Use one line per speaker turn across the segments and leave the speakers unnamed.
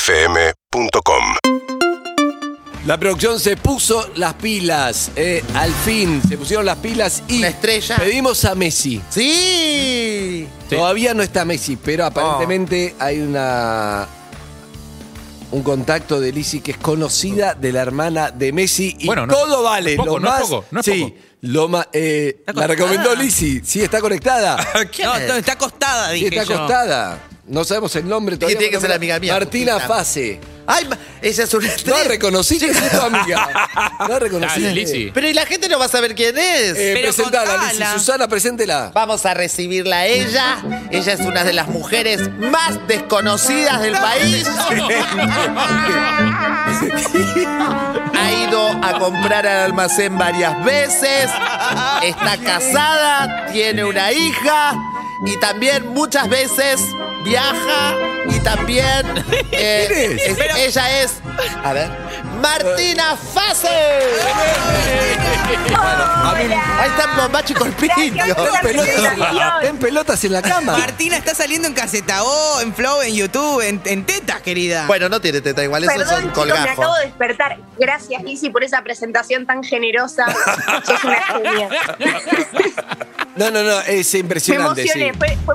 UrbanaPlayFM.com
La producción se puso las pilas, eh, al fin, se pusieron las pilas y
Una estrella.
pedimos a Messi.
¡Sí!
Todavía no está Messi, pero aparentemente
Oh.
hay una un contacto de Lisi que es conocida de la hermana de Messi y
Bueno, no-
todo vale.
poco,
lo
no es
más,
poco, no es
sí,
poco.
lo ma- eh, la
conectada?
recomendó Lisi, sí está conectada,
No, no, está acostada,
sí
dije
está
yo.
acostada. No sabemos el nombre todavía.
tiene que
porque
ser amiga mía,
Martina
Martina.
Fase.
¡Ay! ma- Esa es una
No
estrella.
reconocí que es tu amiga. No reconocí.
Dale, Lizzy.
Pero y la gente no va a saber quién es.
Eh,
Pero
presentala,
contala.
Lizzy. Susana, preséntela.
Vamos a recibirla a ella. Ella es una de las mujeres más desconocidas del país. Ha ido a comprar al almacén varias veces. Está casada, tiene una hija y también muchas veces viaja y también eh,
¿Quién es?
es- ella es a ver Martina Fase. Ahí están Bombacho y Corpiño.
Ten pelotas,
presentación.
ten pelotas en la cama.
Martina está saliendo en Caseta O, en Flow, en YouTube, en, en Tetas, querida.
Bueno, no tiene teta igual, esos
Ah. Perdón,
son
chicos, me
colgajos.
acabo de despertar. Gracias, Lizzy, por esa presentación tan generosa. Sos una genia.
No, no, no, es
Me
impresionante. sí.
emocioné, fue, fue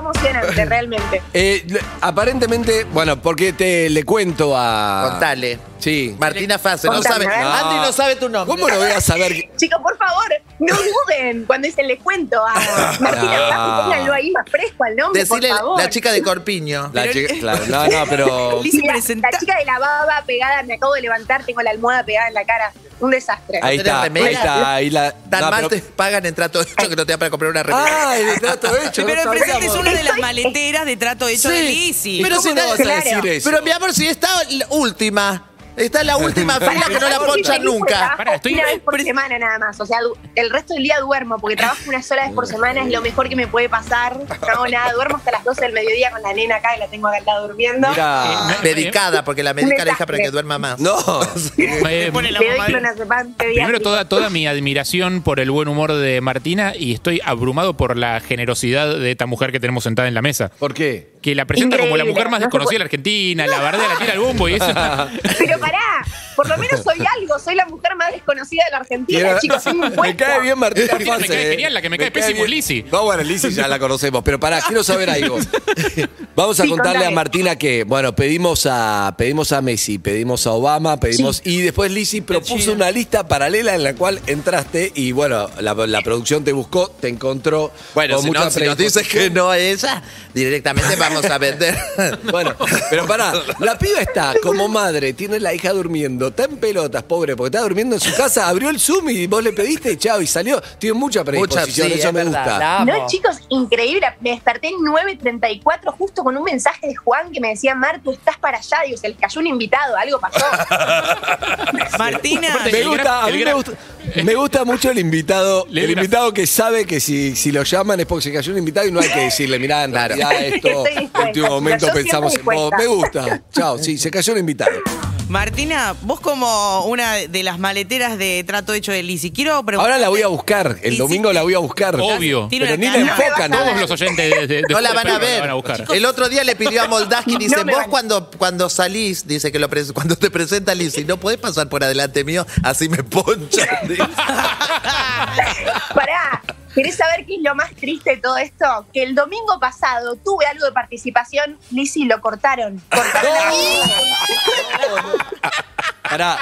emocionante, realmente.
Eh, le- aparentemente, bueno, porque te le cuento
Ah.
a.
Contale.
Sí.
Martina Fase, no
Contame,
sabe.
a ver.
Andy no sabe tu nombre.
¿Cómo no voy a saber?
Chicos, por favor, no duden cuando dicen les cuento a Martina
No.
Paz, pónganlo ahí más fresco al nombre,
Ah. Decirle
por favor.
la chica de Corpiño.
La chica- claro, no, no, pero.
Lizzy,
Y la,
presenta-
la chica de la baba pegada, me acabo de levantar, tengo la almohada pegada en la cara. Un desastre.
Ahí está, ahí está, ahí la.
Tan
no,
mal
pero-
te pagan en trato hecho que no te da para comprar una remera.
Ah, el trato hecho.
Pero
no
presente es
sabíamos.
una de las maleteras de trato hecho de Lizzy.
Pero
¿Cómo
si
no
está-
vas a decir
Claro.
eso?
Pero mi amor, si está la última. Está en la última fila que no la
Yo soy
ponchan
feliz porque
nunca.
trabajo
Pará, estoy-
Una vez por semana nada más. O sea, du- el resto del día duermo, porque trabajo una sola vez por semana, es lo mejor que me puede pasar. No hago nada, duermo hasta las 12 del mediodía con la nena acá y la tengo acá al lado durmiendo.
Mirá.
Medicada, porque la medica la hija para
desastre.
que duerma más.
No.
Eh,
pone la
Le doy
bomba.
clonazepam
Primero
pediátrico.
toda, toda mi admiración por el buen humor de Martina y estoy abrumado por la generosidad de esta mujer que tenemos sentada en la mesa.
¿Por qué?
Que la presenta como la
Increíble,
mujer más
no se
desconocida
puede-
de la Argentina, la bardea, la tira al bombo y eso.
Pero pará, por lo menos soy algo, soy la mujer más desconocida de la Argentina,
Quiero-
chicos, soy un
me
puesto.
cae bien Martina
Martina me
Fase,
cae
eh.
genial, la que me cae
bien.
pésimo es Lizzy.
No, bueno, Lizzy ya la conocemos, pero pará, quiero saber algo. Vamos a
Sí,
contarle
contame.
a Martina que, bueno, pedimos a, pedimos a Messi, pedimos a Obama, pedimos. Y después Lizzy propuso una lista paralela en la cual entraste y, bueno, la, la producción te buscó, te encontró.
Bueno,
con
si,
mucha
no, si nos
predisposición.
dices que no a ella, directamente vamos a vender.
Bueno, pero pará, la piba está como madre, tiene la hija durmiendo, está en pelotas, pobre, porque está durmiendo en su casa, abrió el Zoom y vos le pediste y chao, y salió. Tiene mucha predisposición,
sí,
eso
es
me
verdad,
gusta.
la amo.
No, chicos, increíble. Me desperté en 9.34 justo con un mensaje de Juan que me decía, Mar, tú estás para allá. Digo, se les cayó un invitado, algo pasó.
Martina,
Me
El
gusta, a mí
graf- el
me
graf-
gusta, me gusta mucho el invitado,
Le
el
graf-
invitado que sabe que si, si lo llaman es porque se cayó un invitado y no hay que decirle, mirá, en realidad esto,
Estoy
en
dispuesta,
último
chicos,
momento
yo
pensamos en
siempre
vos. Me
dispuesta.
gusta, chao, sí, se cayó un invitado.
Martina, vos como una de las maleteras de trato hecho de Lizzy, quiero preguntar.
Ahora la voy a buscar, el
Lizzy,
domingo la voy a buscar.
Obvio.
Tiro
Pero
la
ni la
cara.
enfocan. ¿eh?
Todos los oyentes de, de- de
No la van a
Spotify
ver.
van a buscar.
El otro día le pidió a Moldaski, dice,
No me
vos
van.
cuando, cuando salís, dice que lo pres- cuando te presenta Lizzy, no podés pasar por adelante mío, así me ponchan. dice.
Pará, ¿querés saber qué es lo más triste de todo esto? Que el domingo pasado tuve algo de participación, Lizzy lo cortaron. Cortaron la
Pará,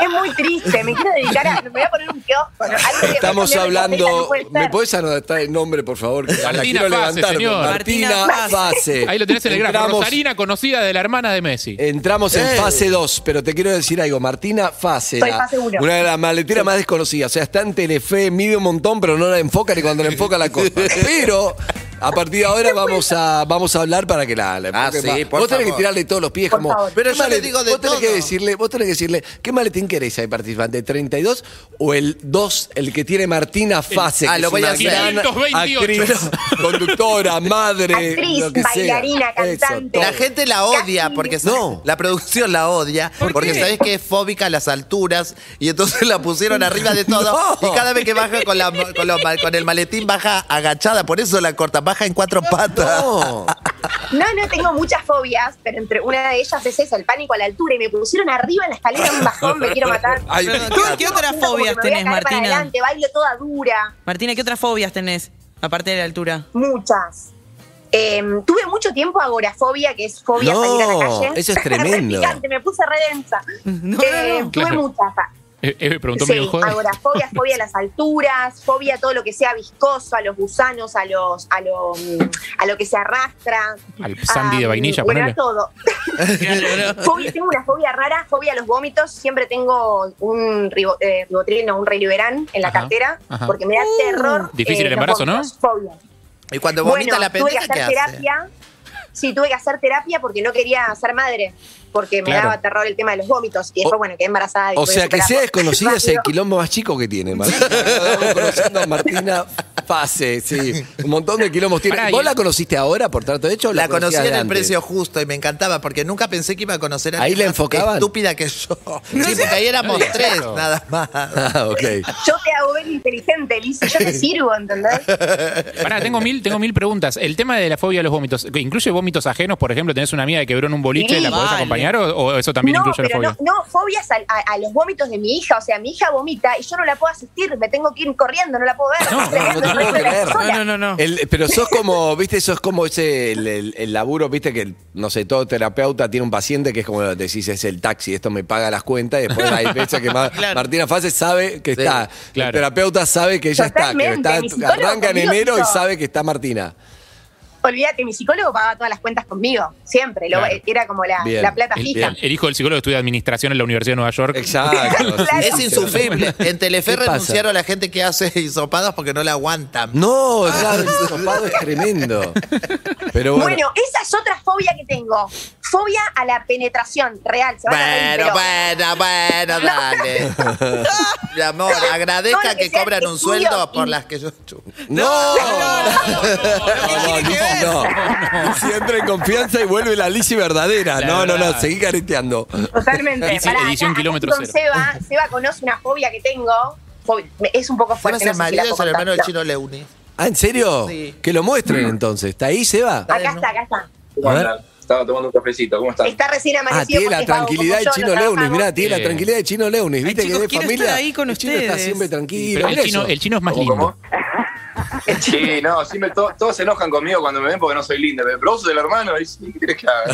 Es muy triste, me quiero dedicar a. Me voy a poner un kiosco. ¿no? Algo que me
Estamos
cambie la vida, no
hablando.
puede ser.
¿Me podés anotar el nombre, por favor? Que la
Martina
quiero
Fase,
levantar.
señor.
Martina
Martina
Eh,
Fase.
Ahí lo tenés en el gráfico.
Entramos-
Rosarina, conocida de la hermana de Messi.
Entramos en
Eh.
fase 2, pero te quiero decir algo. Martina Fase,
Soy
la-
fase uno.
una de las maleteras más desconocidas. O sea, está en Telefe, mide un montón, pero no la enfocan y cuando la enfoca la corta. Pero a partir de ahora vamos a, vamos a hablar para que la, la
Ah,
enfoquen
sí,
más.
por
Vos tenés que
favor.
tirarle todos los pies
Por
como...
favor.
Pero
¿qué
yo le
malet-
digo de
vos tenés que
todo.
decirle, Vos tenés que decirle, ¿qué maletín querés ahí, participante? ¿32 o el 2, el que tiene Martina Fase?
Ah,
que
lo
es
voy a
una
hacer.
gran
528.
actriz, conductora, madre,
Actriz,
lo que sea.
bailarina,
Eso,
cantante.
todo.
La gente la odia porque
No.
la producción la odia porque
qué?
sabés que es fóbica a las alturas y entonces la pusieron arriba de todo
No.
y cada vez que baja con, la- con, los ma- con el maletín baja agachada, por eso la corta, baja en cuatro patas.
No.
No, no tengo muchas fobias, pero entre una de ellas es esa, el pánico a la altura. Y me pusieron arriba en la escalera un bajón, me quiero matar.
Ay, me
Perdón,
encanta.
¿qué, qué otras
Siento como que
fobias
me voy a
tenés,
caer para
Martina?
adelante, bailo toda dura,
Martina, ¿qué otras fobias tenés? Aparte de la altura.
muchas. Em, tuve mucho tiempo agorafobia, que es fobia a salir a la
No,
calle.
eso es
Re
tremendo.
picante, me puse re densa.
No,
Eh,
no, no.
Tuve
Claro.
muchas.
Eh, eh, me preguntó
Sí,
medio en joda.
agorafobia, fobia a las alturas, fobia a todo lo que sea viscoso, a los gusanos, a los, a lo, a lo que se arrastra.
Al Sandy de
a-
vainilla,
bueno,
ponele.
a todo.
Claro, no.
Fobia- tengo una fobia rara, fobia a los vómitos. Siempre tengo un ribo, eh, ribotril, no, un reliberán en la
Ajá,
cartera
ajá. Uh,
porque me da terror.
Difícil
eh,
el
los
embarazo, ¿no?
vómitos, Fobia.
Y cuando vomita
Bueno,
la
tuve que
pendeja,
hacer
¿qué hace?
terapia. Sí, tuve que hacer terapia porque no quería ser madre, porque me
Claro.
daba terror el tema de los vómitos. Y después,
O-
bueno, quedé embarazada. y
O
pude
sea, que sea
superarlo.
desconocida es el
Rápido.
quilombo más chico que tiene, Martina. Estamos conociendo a Martina Fase, sí. Un montón de quilombos tiene.
Pará, y
¿Vos
el-
la conociste ahora por trato de hecho? o
La conocí
conocías
en
de
el
antes?
precio justo y me encantaba porque nunca pensé que iba a conocer a
Ahí
alguien
la
más
enfocaban.
estúpida que yo. Sí, porque ahí éramos
Claro.
tres, nada más.
Ah, ok.
Yo te hago ver inteligente, Liz, y yo te sirvo, ¿entendés?
Pará, tengo mil, tengo mil preguntas. El tema de la fobia a los vómitos, ¿que ¿incluye vómitos ajenos? Por ejemplo, ¿tenés una amiga que quebró en un boliche,
Sí,
¿la podés
vale.
acompañar o, o eso también
no,
incluye la
pero
fobia?
no, no, fobias al- a, a los vómitos de mi hija. O sea, mi hija vomita y yo no la puedo asistir, me tengo que ir corriendo, no la puedo ver.
No,
Es tremendo,
no te
el
puedo
resto de la
creer.
persona.
No, no, no. no.
El- pero sos como, viste, sos como ese, el, el- el laburo, viste, que, no sé, todo terapeuta tiene un paciente que es como, decís, es el taxi, esto me paga las cuentas, y después hay veces que Ma-
Claro.
Martina Fase sabe que está, el
claro.
terapeuta sabe que ella
Totalmente,
está, que
mi
está,
psicólogo
arranca en
conmigo
enero y
hizo-
sabe que está Martina.
Olvídate, mi psicólogo pagaba todas las cuentas conmigo, siempre. lo-
Claro.
Era como la,
Bien,
la plata
El,
fija.
el- el hijo del psicólogo estudia administración en la Universidad de Nueva York.
Exacto.
Claro.
sí,
Es
sí, sí.
insufrible. En Telefe
¿Qué pasa?
renunciaron a la gente que hace hisopados porque no la aguantan.
No, claro, el hisopado es tremendo. Pero bueno,
Bueno, esa es otra fobia que tengo. Fobia a la penetración real. Se van a reír,
Bueno,
pero
bueno, bueno, dale. Mi amor,
Todo
agradezca
lo que
que
sea
cobran un
estudio
sueldo
y-
por las que yo chupo.
no.
no,
No,
tiene que ver?
no, no. Si entra en confianza y vuelve la Lizzie verdadera.
La
no, no, no,
verdad.
seguí careteando.
Totalmente.
Edición-
Pará,
edición
acá-
kilómetro
acá estoy
cero.
con Seba, Seba conoce una fobia que tengo. Fobia- Es un poco
Sebas
fuerte.
es el
No sé si la
marido
puedo
es el hermano del
contar.
chino Leuni.
Ah, ¿en serio?
Sí.
Que lo muestren entonces. ¿Está ahí, Seba?
Está
Acá
bien,
está, acá está.
¿Cómo
A ver.
andan? Estaba tomando un cafecito, ¿cómo están?
Está recién
Ah,
amanecido.
tiene
porque
la
es vago
tranquilidad
como
del
yo, no
chino Leunis.
trabajamos.
Mirá, tiene la
Eh.
tranquilidad del chino Leunis. Viste
chicos,
que de
quiero
familia.
estar ahí con
el chino está
ustedes.
siempre
Pero
tranquilo.
el
por
chino,
eso.
el chino es más
¿Cómo,
lindo.
cómo? Sí, no, siempre to- todos se enojan conmigo cuando me ven porque no soy linda. Pero vos sos el hermano, y sí, ¿qué querés que haga?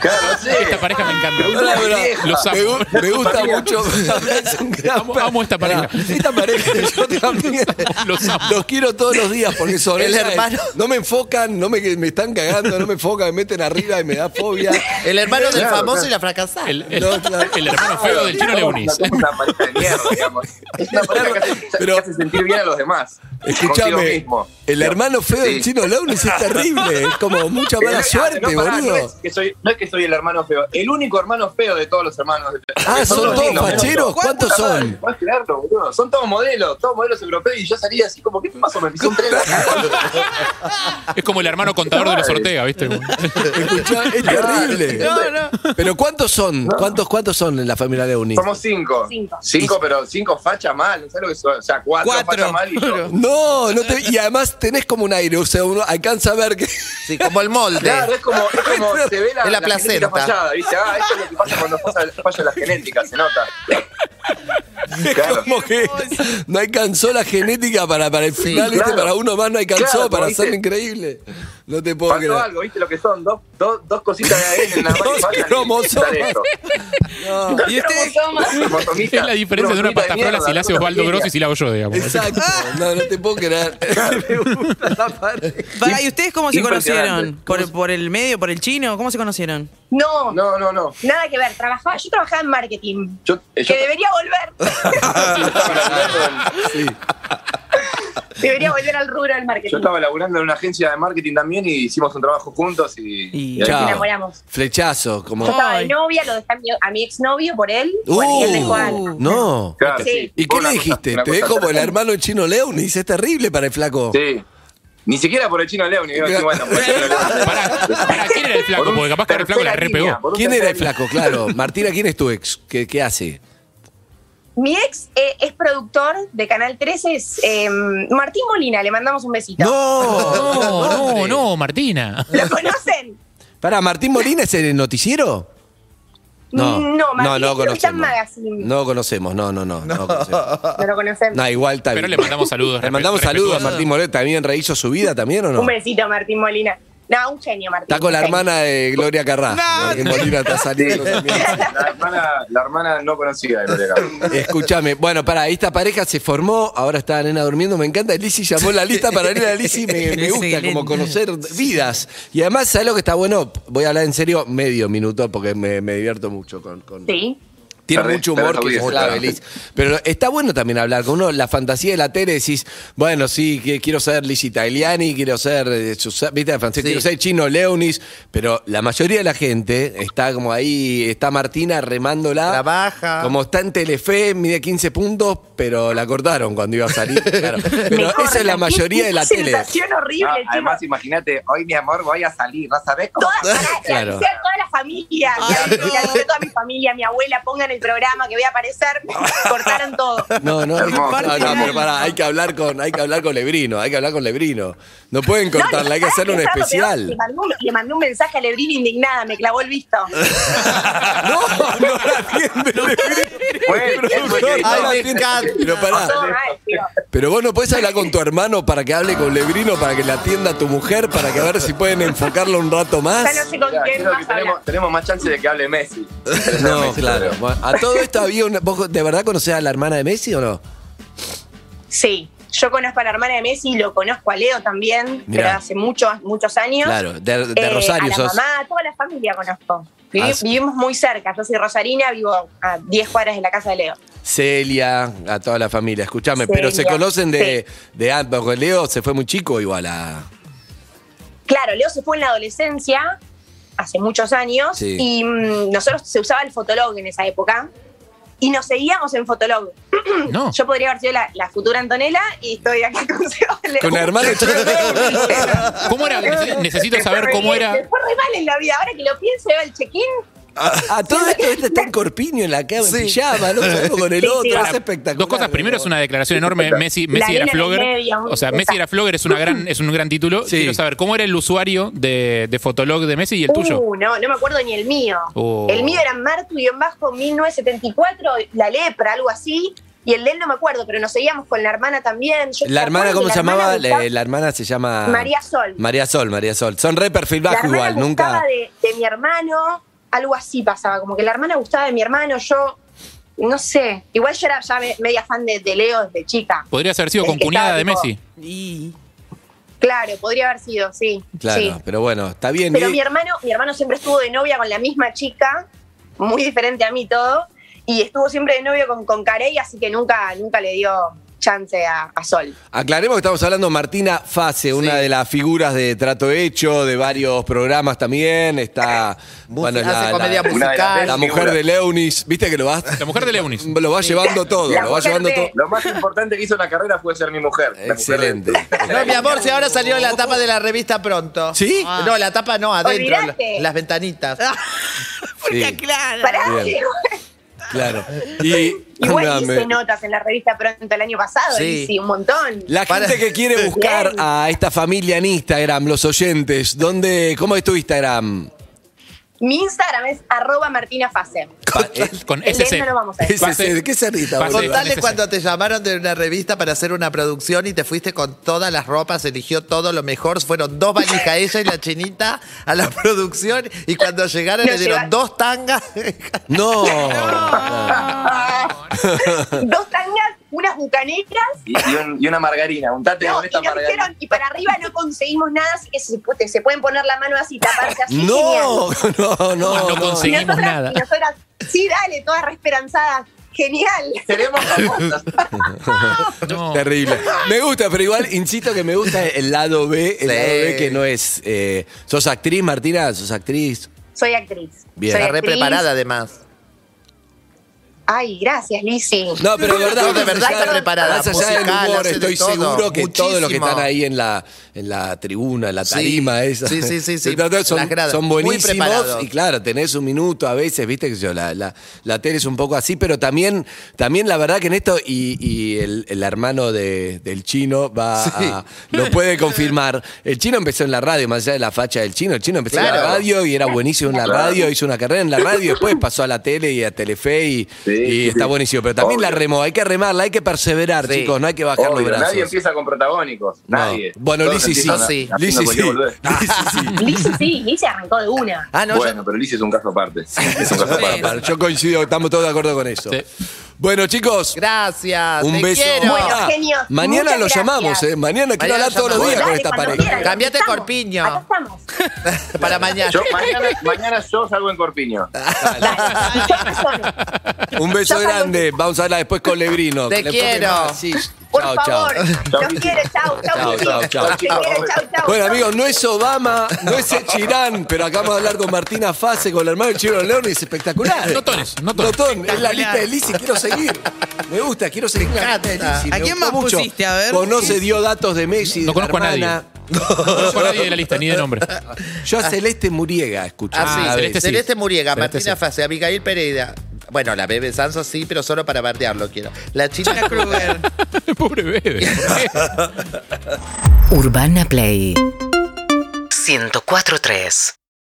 claro, no sé.
Esta pareja me
No,
encanta.
la verdad,
Los
me,
amo.
gu- me gusta mucho. Es un gran
Amo- amo esta pareja.
Pará, Esta pareja, yo también.
Los amo.
Los quiero todos los días porque son
El
ellas,
hermano.
No me enfocan, no me, me están cagando, no me enfocan, me meten arriba y me da fobia.
El hermano del
Claro,
famoso
claro.
y la fracasada.
El, el-
No, claro.
el hermano feo del chino Leonis.
Es una pareja de mierda, digamos. Es una pareja que hace,
Pero-
que hace sentir bien a los demás. Consigo
Escuchame,
mismo.
el hermano feo del
Sí.
chino Launis es terrible. Es como mucha
Pero
mala
no-
suerte,
no, pará, No es,
boludo.
que soy, no es que soy el hermano feo, el único hermano feo de todos los hermanos.
Ah, son
los
todos
chinos, boludo.
facheros. ¿Cuántos son?
Podés creerlo, boludo. Son todos modelos, todos modelos europeos. Y yo salí así como, ¿qué te pasó? Me pisó un tren.
Es como el hermano contador de los Ortega, ¿viste?
Escuchá, es terrible.
No, no.
Pero ¿cuántos son? ¿Cuántos, cuántos son en la familia Launis?
Somos cinco.
Cinco.
pero cinco facha mal. ¿Sabes lo que son? O sea, cuatro,
Cuatro.
facha mal y yo.
No, no te, y además tenés como un aire, o sea, uno alcanza a ver que
Sí, como el molde.
Claro, es como, es como se ve la,
Es la
genética
placenta.
fallada, ¿viste? Ah, eso es lo que pasa cuando falla, falla la genética, se nota.
es
Claro.
como que no alcanzó la genética para, para el final, ¿viste?
claro.
para uno más no alcanzó,
Claro, como
para
dice-
ser increíble. No te puedo
Faltó
creer.
algo, ¿viste? Lo que son, dos, dos, dos cositas de ADN en la mano
Dos
y fallan.
cromosomas.
Eso.
No,
¿Y usted?
Es la diferencia de una pastafrola si la hace Osvaldo Gross y si la hago yo, digamos.
exacto, no, no te puedo creer. Me gusta la pareja.
Pará, ¿y ustedes cómo se
Impresionante.
conocieron? ¿Por, por el medio, por el chino? ¿Cómo se conocieron?
No,
No, no, no.
nada que ver. Trabajaba, yo trabajaba en marketing.
Yo, eh, yo
que debería volver.
estaba laburando en-
Sí.
debería volver al rubro del marketing.
yo estaba laburando en una agencia de marketing también y hicimos un trabajo juntos y,
Y-
y ahí
Chao.
me enamoré.
enamoramos.
Flechazo, como.
Yo estaba de
Ay.
novia, lo dejé a mi, a mi exnovio por él. Oh, bueno, y él dejó a-
Uh, no.
Claro,
Sí.
sí.
¿Y
Fue
qué
una
le
cosa-
dijiste?
una
Te
cosa
dejo como el
terrible.
hermano del chino Leunis, es terrible para el flaco.
Sí. Ni siquiera por el chino León. bueno, por el chino Leone.
Pará, pará, ¿quién era el
Por
flaco?
un
Porque capaz que era el flaco y la
tercera línea,
repegó.
por un
¿Quién era el
tercera
flaco? Claro. Martina, ¿quién es tu ex? ¿Qué, qué hace?
Mi ex eh, es productor de Canal 13, es eh, Martín Molina, le mandamos un besito.
No.
No, no, no, Martina.
¿Lo conocen?
Pará, ¿Martín Molina es el noticiero? No,
Mm, no, Martín
no,
es Capitán
conocemos.
Magazine.
No conocemos, no, no, no. No, conocemos.
No lo conocen.
No, igual está
Pero
bien.
le mandamos saludos.
Le mandamos
respe-
saludos a
respetuosos.
Martín Molina. ¿También rehizo su vida también o no?
Un besito, Martín Molina. No, un genio, Martín.
Está con la
un genio.
hermana de Gloria Carrá. Martín Molina está saliendo también.
La hermana, la hermana no conocida de Gloria Carrá.
Escúchame, bueno, para esta pareja se formó, ahora está la nena durmiendo, me encanta. Lizzy llamó la lista para ir a Lizzy, me, me gusta
Excelente.
como conocer vidas. Y además, ¿sabes lo que está bueno? Voy a hablar en serio medio minuto porque me, me divierto mucho con. con-
Sí.
Tiene
Perdí-
mucho
perdí
humor
la
que es
audiencia,
clave,
¿no?
Liz. Pero está bueno también hablar con uno. La fantasía de la tele decís, bueno, sí, que quiero ser Liz Italiani, quiero ser eh, Susa- ¿viste? la francés,
Sí.
quiero ser chino Leonis. Pero la mayoría de la gente está como ahí, está Martina remándola.
Trabaja.
Como está en Telefe, mide 15 puntos, pero la cortaron cuando iba a salir. claro. Pero esa
Me
es la
cortan.
mayoría de la
Qué
tele.
Sensación horrible,
No,
chicos.
Ah, además, imagínate, hoy mi amor voy a salir, ¿no sabés cómo?
Todas, pará, que
Claro.
avisé a toda la familia, que avisé a toda mi familia, mi abuela, pongan el programa que voy a aparecer, cortaron todo.
No, no,
Hermoso.
no, no, pero pará, hay que hablar con, hay que hablar con Lebrino, hay que hablar con Lebrino. No pueden
No,
cortarla, hay que
¿sabes
hacer
qué
un
es lo peor?
especial.
Le mandé, un, le mandé un mensaje a Lebrín indignada, me clavó el visto.
No, no la atiende.
Bueno, él fue el que editó.
Ay, me encanta.
Pero pará,
Todo mal, tío.
pero vos no podés hablar con tu hermano para que hable con Lebrino, para que la atienda tu mujer, para que a ver si pueden enfocarlo un rato
Ya
más.
no sé con
Mirá,
quién
creo que
más hablar.
tenemos, tenemos más chance de que hable Messi.
No, claro. Bueno, a todo esto había una. ¿Vos de verdad conocés a la hermana de Messi o no?
Sí, yo conozco a la hermana de Messi, lo conozco a Leo también,
Mirá.
pero hace muchos, muchos años.
Claro, de, de
Eh,
Rosario
a la
sos.
mamá, a toda la familia conozco. Vivi-
Ah, sí.
Vivimos muy cerca, yo soy rosarina, vivo a 10 cuadras de la casa de Leo.
Celia, a toda la familia, escúchame, pero se
Celia,
conocen de, de ambos, porque Leo se fue muy chico igual a...
Claro, Leo se fue en la adolescencia, hace muchos años,
Sí.
y mm, nosotros se usaba el Fotolog en esa época, y nos seguíamos en Fotolog.
Oh.
No.
Yo podría haber sido la, la futura Antonela y estoy aquí con Sebastián.
Con la hermana chica.
¿Cómo era? Nece- Necesito saber cómo
Me
era.
Ah, fue re mal en la vida, ahora que lo pienso, veo el check-in.
A todo esto, este está en corpiño, en la cama, en
Sí.
pijama, ¿no? Solo con el
Sí, sí.
otro,
Para,
es espectacular.
Dos cosas. Primero es una declaración enorme. Messi,
La
Messi era
arena en el
flogger.
medio,
O sea,
esa.
Messi era flogger es, una gran, es un gran título.
Sí.
Quiero saber cómo era el usuario de, de Fotolog de Messi y el tuyo.
Uh, no, no me acuerdo ni el mío.
Oh.
El mío era Martu-Bajo 1974, la lepra, algo así. Y el de él no me acuerdo, pero nos seguíamos con la hermana también. Yo
La
me
hermana,
acuerdo
¿cómo
que
se
la hermana
llamaba?
gustaba-
Eh,
Le- la hermana se llama...
María Sol.
María Sol, María Sol. Son re perfil
la
bajo
hermana
igual,
gustaba
nunca...
de, de mi hermano, algo así pasaba, como que la hermana gustaba de mi hermano, yo no sé. Igual yo era ya me- media fan de, de Leo desde chica.
Podrías haber sido
Es que
con cuñada
estaba
de
tipo-
Messi.
Y
Claro, podría haber sido, sí.
Claro,
sí.
pero bueno, está bien.
Pero
y-
mi hermano, mi hermano siempre estuvo de novia con la misma chica, muy diferente a mí todo, y estuvo siempre de novio con, con Carey, así que nunca, nunca le dio chance a, a Sol.
Aclaremos que estamos hablando de Martina Fase, una de las figuras de Trato Hecho, de varios programas también. Está. bueno, es
hace
la,
comedia
la-
musical.
la mujer de Leunis. Viste que lo va,
La mujer de Leunis.
lo va llevando todo.
La
Lo va
mujer
llevando
de-
todo.
Lo más importante que hizo en la carrera fue ser mi mujer. la mujer de-
Excelente.
No, mi amor, si ahora salió en la tapa de la revista pronto.
¿Sí?
Ah. No, la tapa no, adentro.
Olvídate.
la- Las ventanitas.
Ah.
porque
Sí.
aclara.
Pará,
Bien.
Claro.
Y.
igual
Dame.
hice notas en la revista pronto el año pasado,
Sí.
sí, un montón.
La gente
Para-
que quiere buscar
Bien.
a esta familia en Instagram, los oyentes, ¿dónde, ¿cómo es tu Instagram?
Mi Instagram es arroba Martina Fase.
Pa- eh, Con
El de él
SC.
no lo vamos a decir.
Pase.
¿De qué eh, se rita,
Pase.
boludo?
Dale.
Contale cuando te llamaron de una revista para hacer una producción y te fuiste con todas las ropas, eligió todo lo mejor. Fueron dos valijas ella y la chinita a la producción y cuando llegaron
No,
le dieron
lleva-
dos tangas.
No.
Dos tangas, unas bucaneras.
Y, y un- y una margarina, untate
No,
con
y
esta
nos
margarina.
dijeron, y para arriba no conseguimos nada, así que se, pu- se pueden poner la mano así, taparse así. genial.
No, no, no,
No
no.
conseguí. Seguimos
nosotras-
nada.
y nosotras, sí, dale, todas reesperanzadas. Genial.
Seremos famosas.
No.
Terrible. Me gusta, pero igual insisto que me gusta el lado B, el
Sí.
lado B que no es. eh, ¿Sos actriz, Martina? ¿Sos actriz?
Soy actriz.
Bien.
Soy
Está re
actriz.
preparada además.
Ay, gracias, Lizzy.
No, pero de verdad,
No, de verdad
más allá-
está preparada,
Más allá del
musical,
humor,
hace de
estoy
todo,
seguro que todos los que
muchísimo.
están ahí en la, en la tribuna, en la tarima
Sí,
esa.
sí, sí, sí, sí,
Entonces, Son,
las gradas,
son
muy
buenísimos.
preparado.
Y claro, tenés un minuto a veces, viste que yo, la, la, la tele es un poco así, pero también, también la verdad que en esto, y, y el, el hermano de- del chino va
Sí.
a- lo puede confirmar. El chino empezó en la radio, más allá de la facha del chino, el chino empezó en la
Claro.
radio y era buenísimo en la
Claro.
radio, hizo una carrera en la radio, después pasó a la tele y a Telefe y,
Sí,
y
sí,
está
sí.
buenísimo. Pero también la
Obvio.
remó, hay que remarla, hay que perseverar,
Sí.
chicos, no hay que bajar
Obvio,
los brazos.
Nadie empieza con protagónicos.
No.
Nadie.
Bueno,
Todos
Lizzy sí.
empiezan
sí.
haciendo
Lizzy sí. Ah,
cualquier boludez.
Lizzy sí.
Lizzy sí, Lizzy arrancó de una.
Ah, no, yo-
bueno, pero Lizzy es un caso aparte. Es un caso
Sí.
aparte.
Bueno, Yo coincido, estamos todos de acuerdo con eso.
Sí.
Bueno, chicos,
gracias.
un
te
beso.
quiero.
Bueno,
Ah,
genios,
Mañana
muchas
lo
gracias.
llamamos, ¿eh? Mañana quiero
Mañana
hablar todos los
llamamos.
días con
Dale,
esta
cuando
pareja.
quieran,
Cambiate
acá estamos,
corpiño.
Acá estamos.
para mañana.
Yo mañana, mañana yo salgo en Corpiño.
Dale, son personas.
Un beso
Yo salgo-
grande. Vamos a hablar después con Lebrino.
Te
Que le toque
quiero.
más. Sí.
Por
Chao, chao.
favor, los quiero, chao,
Chao,
chao,
chao,
Lizzy.
chao.
Te quiero, chao, chao.
Bueno, amigos, no es Obama, no es Chirán, pero acabamos de hablar con Martina Fase, con el hermano del Chiro León y es espectacular.
No tones, no tones.
Notón, es la
Espectacular.
lista de Lizzy, quiero seguir. Me gusta, quiero seguir la lista de Lizzy.
¿A
me
quién
gustó
más
mucho.
pusiste? A ver.
Conoce, dio datos de Messi.
No
de la
conozco a nadie.
hermana.
No conozco a nadie de la lista, ni de nombre.
Yo a Celeste Muriega escuché.
Ah, sí,
una
Celeste
vez.
sí.
Celeste Muriega,
Celeste
Martina
sí.
Fase, Abigail Pereira. Bueno, la bebé Sanso sí, pero solo para bardearlo quiero. La China
China Kruger.
Pobre bebé.
Urbana Play 104.3